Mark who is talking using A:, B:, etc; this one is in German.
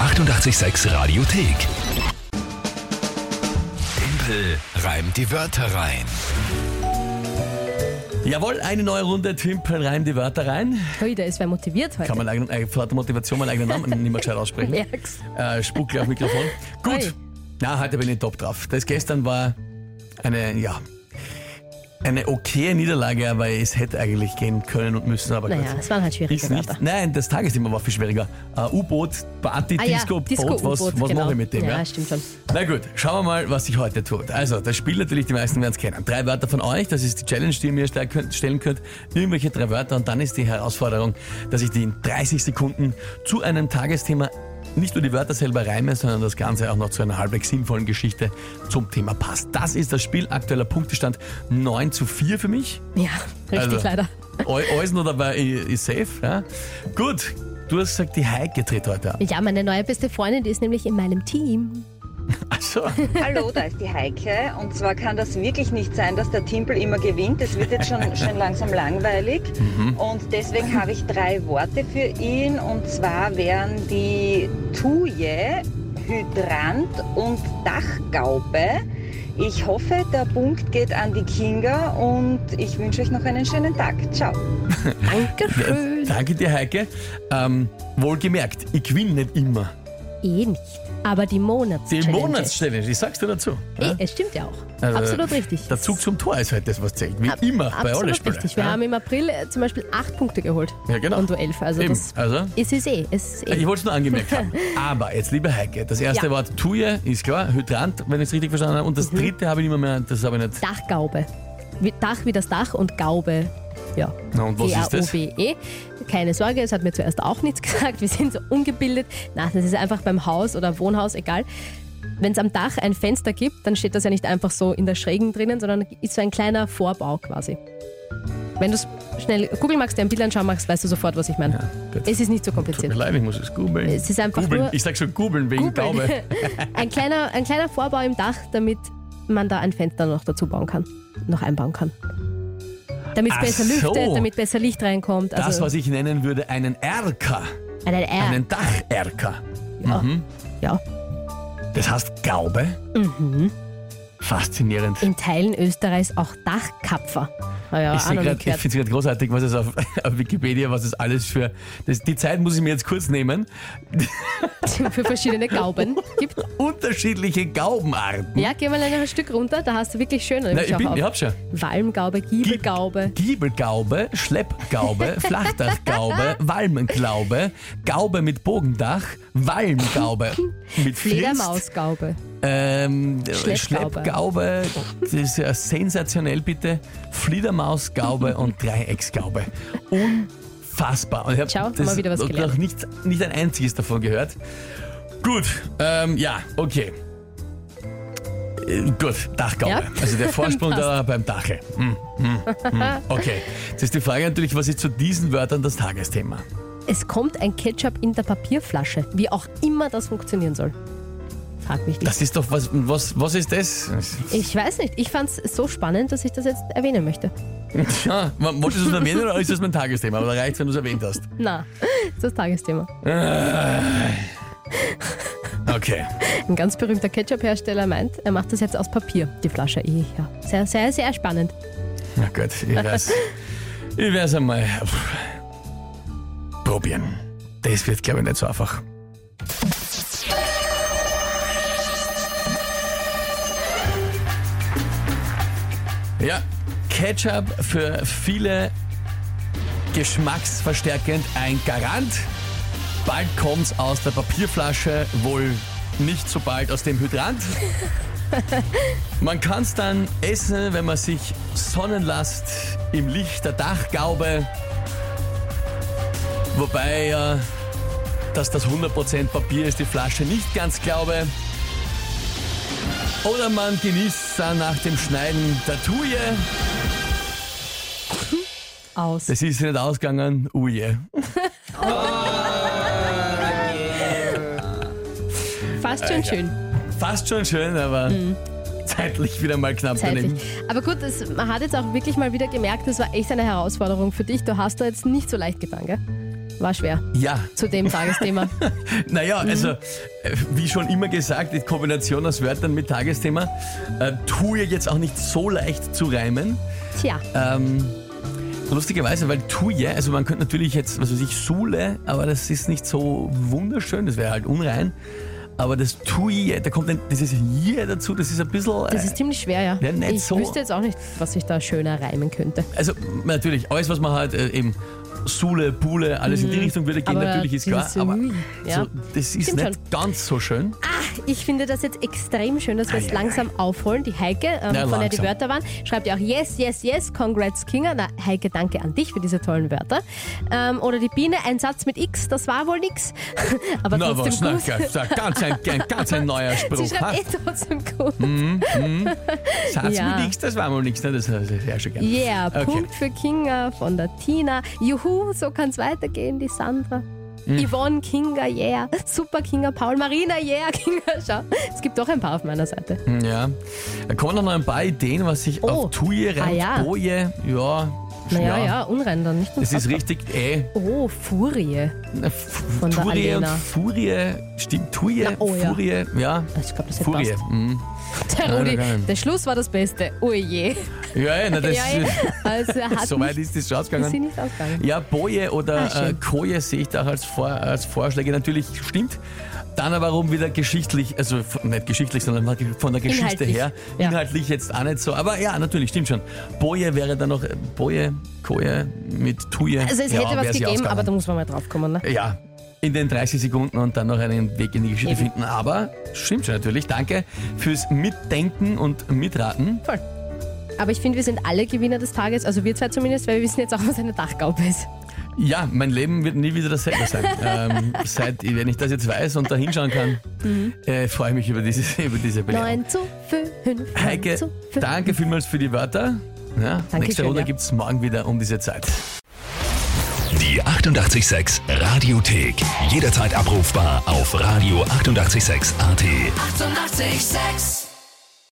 A: 886 Radiothek. Tempel reimt die Wörter rein.
B: Jawohl, eine neue Runde Timpel rein die Wörter rein.
C: Hui, der ist wer motiviert heute.
B: Kann man eigenen, äh, vor der Motivation meinen eigenen Namen nicht mehr gescheit aussprechen.
C: Merkst.
B: Äh, Spuck gleich auf Mikrofon.
C: Ui.
B: Gut. Na, heute bin ich top drauf. Das gestern war eine, ja, eine okaye Niederlage, aber es hätte eigentlich gehen können und müssen, aber
C: Naja,
B: gut.
C: es waren halt schwierige
B: Ist
C: Wörter.
B: nicht, nein, das Tagesthema war viel schwieriger. Äh, U-Boot, Party, Disco, Boot, was, was
C: Ah U-Boot,
B: mache ich mit dem?
C: genau. Ja,
B: Ja?
C: stimmt schon.
B: Na gut, schauen wir mal, was sich heute tut. Also, das Spiel natürlich, die meisten werden es kennen. Drei Wörter von euch, das ist die Challenge, die ihr mir ste- könnt- stellen könnt. Irgendwelche drei Wörter und dann ist die Herausforderung, dass ich die in 30 Sekunden zu einem Tagesthema nicht nur die Wörter selber reime, sondern das Ganze auch noch zu einer halbwegs sinnvollen Geschichte zum Thema passt. Das ist das Spiel. Aktueller Punktestand 9 zu 4 für mich.
C: Ja, richtig
B: Also.
C: leider.
B: Eu Eusen oder bei ist safe. Ja? Gut, du hast gesagt, die Heike tritt heute an.
C: Ja, meine neue beste Freundin, die ist nämlich in meinem Team.
B: Ach so.
D: Hallo, da ist die Heike. Und zwar kann das wirklich nicht sein, dass der Timpel immer gewinnt. Es wird jetzt schon, schon langsam langweilig. Und deswegen habe ich drei Worte für ihn. Und zwar wären die Tuje, Hydrant und Dachgaube. Ich hoffe, der Punkt geht an die Kinga und ich wünsche euch noch einen schönen Tag. Ciao.
C: Dankeschön.
B: Danke dir, Heike. Ähm, wohlgemerkt, ich gewinne nicht immer.
C: Eh nicht. Aber die Monats.
B: Die Monatschallenge, ich sag's dir dazu.
C: Eh, es stimmt ja auch.
B: Also,
C: absolut richtig.
B: Der Zug zum Tor ist halt das, was zählt. Wie
C: Ab-
B: immer bei
C: absolut
B: allen Spielen.
C: richtig. Wir haben im April äh, zum Beispiel acht Punkte geholt.
B: Ja, genau.
C: Und du elf. Also
B: Eben,
C: das
B: also.
C: ist es eh. Es ist eh.
B: Ich wollte es nur angemerkt haben. Aber jetzt, liebe Heike, das erste
C: Ja. Mhm.
B: Wort Tuje ist klar, Hydrant, wenn ich es richtig verstanden habe. Und das dritte habe ich nicht mehr, das habe ich nicht.
C: Dachgaube. Wie- Dach wie das Dach und Gaube. Ja.
B: Na, und was ist das?
C: G-A-U-B-E. E. Keine Sorge, es hat mir zuerst auch nichts gesagt. Wir sind so ungebildet. Na, das ist einfach beim Haus oder Wohnhaus, egal. Wenn es am Dach ein Fenster gibt, dann steht das ja nicht einfach so in der Schrägen drinnen, sondern ist so ein kleiner Vorbau quasi. Wenn du es schnell Google magst, dir ein Bild anschauen magst, weißt du sofort, was ich meine.
B: gut.
C: es ist nicht so
B: Tut mir
C: kompliziert.
B: leid, ich muss es googeln.
C: Es ist einfach
B: Googeln.
C: nur-
B: Ich sag schon googeln wegen
C: Googeln.
B: Gaube.
C: ein, kleiner, ein kleiner Vorbau im Dach, damit man da ein Fenster noch dazu bauen kann, noch einbauen kann. Damit es
B: Ach
C: besser lüftet,
B: so.
C: damit besser Licht reinkommt.
B: Das,
C: Also
B: was ich nennen würde, einen Erker.
C: einen R.
B: Einen Dacherker.
C: ja.
B: Mhm.
C: ja.
B: Das heißt Gaube.
C: Mhm.
B: Faszinierend.
C: In Teilen Österreichs auch Dachkapfer. Naja,
B: Ich,
C: auch
B: seh
C: noch
B: grad,
C: nicht
B: ich
C: gehört.
B: finde es gerade großartig, was es auf, auf Wikipedia, was es alles für. Das, die Zeit muss ich mir jetzt kurz nehmen.
C: für verschiedene Gauben gibt.
B: Mhm. Unterschiedliche Gaubenarten.
C: Ja, geh mal ein Stück runter, da hast du wirklich schöne.
B: Na,
C: nämlich
B: ich,
C: auch
B: bin,
C: auf.
B: ich hab schon.
C: Walmgaube, Giebelgaube.
B: Giebelgaube, Schleppgaube, Flachdachgaube, Walmenklaube, Gaube mit Bogendach, Walmgaube mit Fledermaus.
C: Fledermausgaube.
B: Ähm, äh,
C: Schleppgaube.
B: Schleppgaube, das ist ja sensationell bitte. Fledermausgaube und Dreiecksgaube. Unfassbar. Und ich hab
C: Schau, haben
B: das
C: wir wieder was
B: noch
C: gelernt.
B: Nicht, nicht ein einziges davon gehört. Gut, ähm, ja, okay. Äh, Gut, Dachgaube.
C: Ja.
B: Also der Vorsprung da beim Dachel. Hm, hm, hm. Okay. Jetzt ist die Frage natürlich, was ist zu diesen Wörtern das Tagesthema?
C: Es kommt ein Ketchup in der Papierflasche, wie auch immer das funktionieren soll. Frag mich nicht.
B: Das ist doch was, was, was ist das?
C: Ich weiß nicht. Ich fand es so spannend, dass ich das jetzt erwähnen möchte.
B: Ja, wolltest du es erwähnen oder ist das mein Tagesthema? Aber da reicht wenn du es erwähnt hast.
C: Na, das ist das Tagesthema.
B: Okay.
C: Ein ganz berühmter Ketchup-Hersteller meint, er macht das jetzt aus Papier, die Flasche. Ich, ja. Sehr, sehr, sehr spannend.
B: Na gut, ich werd's. ich werd's einmal pff, probieren. Das wird, glaube ich, nicht so einfach. Ja, Ketchup für viele geschmacksverstärkend ein Garant. Bald kommt's aus der Papierflasche, wohl nicht so bald aus dem Hydrant. Man kann es dann essen, wenn man sich sonnen lässt im Licht der Dachgaube. Wobei, ja, dass das 100% Papier ist, die Flasche nicht ganz glaube. Oder man genießt es dann nach dem Schneiden der Tuje.
C: Aus.
B: Das ist nicht ausgegangen, uje.
C: Fast
B: Äh,
C: schon schön.
B: Fast schon schön, aber zeitlich wieder mal knapp
C: zeitlich.
B: daneben.
C: Aber gut, es, man hat jetzt auch wirklich mal wieder gemerkt, das war echt eine Herausforderung für dich. Du hast da jetzt nicht so leicht getan, gell? War schwer
B: Ja,
C: zu dem Tagesthema.
B: naja,
C: Mhm.
B: also äh, wie schon immer gesagt, die Kombination aus Wörtern mit Tagesthema äh, tue jetzt auch nicht so leicht zu reimen.
C: Tja,
B: Ähm, lustigerweise, weil Tuje, also man könnte natürlich jetzt, was weiß ich, Sule, aber das ist nicht so wunderschön, das wäre halt unrein. Aber das Tuje, da kommt ein, dieses Hier dazu, das ist ein bisschen.
C: das
B: äh,
C: ist ziemlich schwer, ja.
B: Ja, nicht
C: ich
B: so.
C: wüsste jetzt auch nicht, was ich da schöner reimen könnte.
B: also natürlich, alles, was man halt äh, eben Sule, Pule, alles in die Richtung würde gehen,
C: Mhm. Aber
B: natürlich ist klar.
C: dieses
B: Aber
C: Ui, ja.
B: so, das ist
C: Stimmt
B: nicht ganz so schön.
C: Ich finde das jetzt extrem schön, dass wir es
B: Ei, ei,
C: langsam aufholen. Die Heike, ähm,
B: Na,
C: von der die
B: langsam.
C: Wörter waren, schreibt ja auch Yes, Yes, Yes, Congrats Kinga. Na, Heike, danke an dich für diese tollen Wörter. Ähm, oder die Biene, ein Satz mit X, das war wohl nix. aber
B: Na was,
C: trotzdem
B: na,
C: gut.
B: ganz, ganz, ein, ganz, ganz ein neuer
C: Sie
B: Spruch.
C: schreibt
B: ha?
C: eh trotzdem gut.
B: Satz
C: Ja.
B: mit nichts, das war mal nichts, ne? das ist ja schon gern.
C: Yeah,
B: Okay.
C: Punkt für Kinga von der Tina. Juhu, so kann's weitergehen, die Sandra. Yvonne, Kinga, yeah. Super Kinga, Paul, Marina, yeah, Kinga. Schau, es gibt doch ein paar auf meiner Seite.
B: Hm, Ja. Da kommen noch ein paar Ideen, was sich
C: Oh.
B: auf Tuje reimt.
C: Ah, ja.
B: Boje, ja.
C: Naja, ja, unrein dann, nicht
B: Das ist richtig, äh,
C: Oh, Furie.
B: F-
C: Von der
B: Furie und
C: Alena.
B: Furie, stimmt, Tuje,
C: Na, oh, ja.
B: Furie, ja,
C: Ich glaube, das hätte
B: Furie.
C: passt.
B: Mhm.
C: Der
B: Nein,
C: Rudi,
B: nein, nein.
C: der Schluss war das Beste. Oh je.
B: Ja, ja, na, das,
C: ja, ja. Also er hat
B: so weit
C: nicht,
B: ist das schon
C: ist sie
B: ausgegangen.
C: nicht ausgegangen.
B: Ja, Boje
C: Ah,
B: oder
C: schön.
B: äh, Koje sehe ich da auch als, Vor als Vorschläge. Natürlich stimmt. Dann aber warum wieder geschichtlich, also f- nicht geschichtlich, sondern von der Geschichte
C: Inhaltlich,
B: her.
C: ja.
B: Inhaltlich jetzt auch nicht so. Aber ja, natürlich, stimmt schon. Boje wäre dann noch äh, Boje, Koje mit Tuje.
C: Also es
B: ja,
C: hätte was
B: wär sie
C: gegeben, aber da
B: ausgegangen.
C: muss man mal drauf kommen. Ne?
B: Ja, in den 30 Sekunden und dann noch einen Weg in die Geschichte
C: Eben.
B: finden. Aber stimmt schon natürlich. Danke fürs Mitdenken und Mitraten.
C: Aber ich finde, wir sind alle Gewinner des Tages, also wir zwei zumindest, weil wir wissen jetzt auch, was eine Dachgaube ist.
B: Ja, mein Leben wird nie wieder dasselbe sein. ähm, seit, wenn ich das jetzt weiß und da hinschauen kann,
C: Mhm.
B: äh, freue ich mich über, dieses, über diese Belehrung.
C: 9 zu 5.
B: Heike,
C: zu fünf.
B: danke vielmals für die Wörter. Ja, nächste
C: schön,
B: Runde
C: ja.
B: gibt's morgen wieder um diese Zeit.
A: Die 886 Radiothek. Jederzeit abrufbar auf radio886.at. 886!
E: 886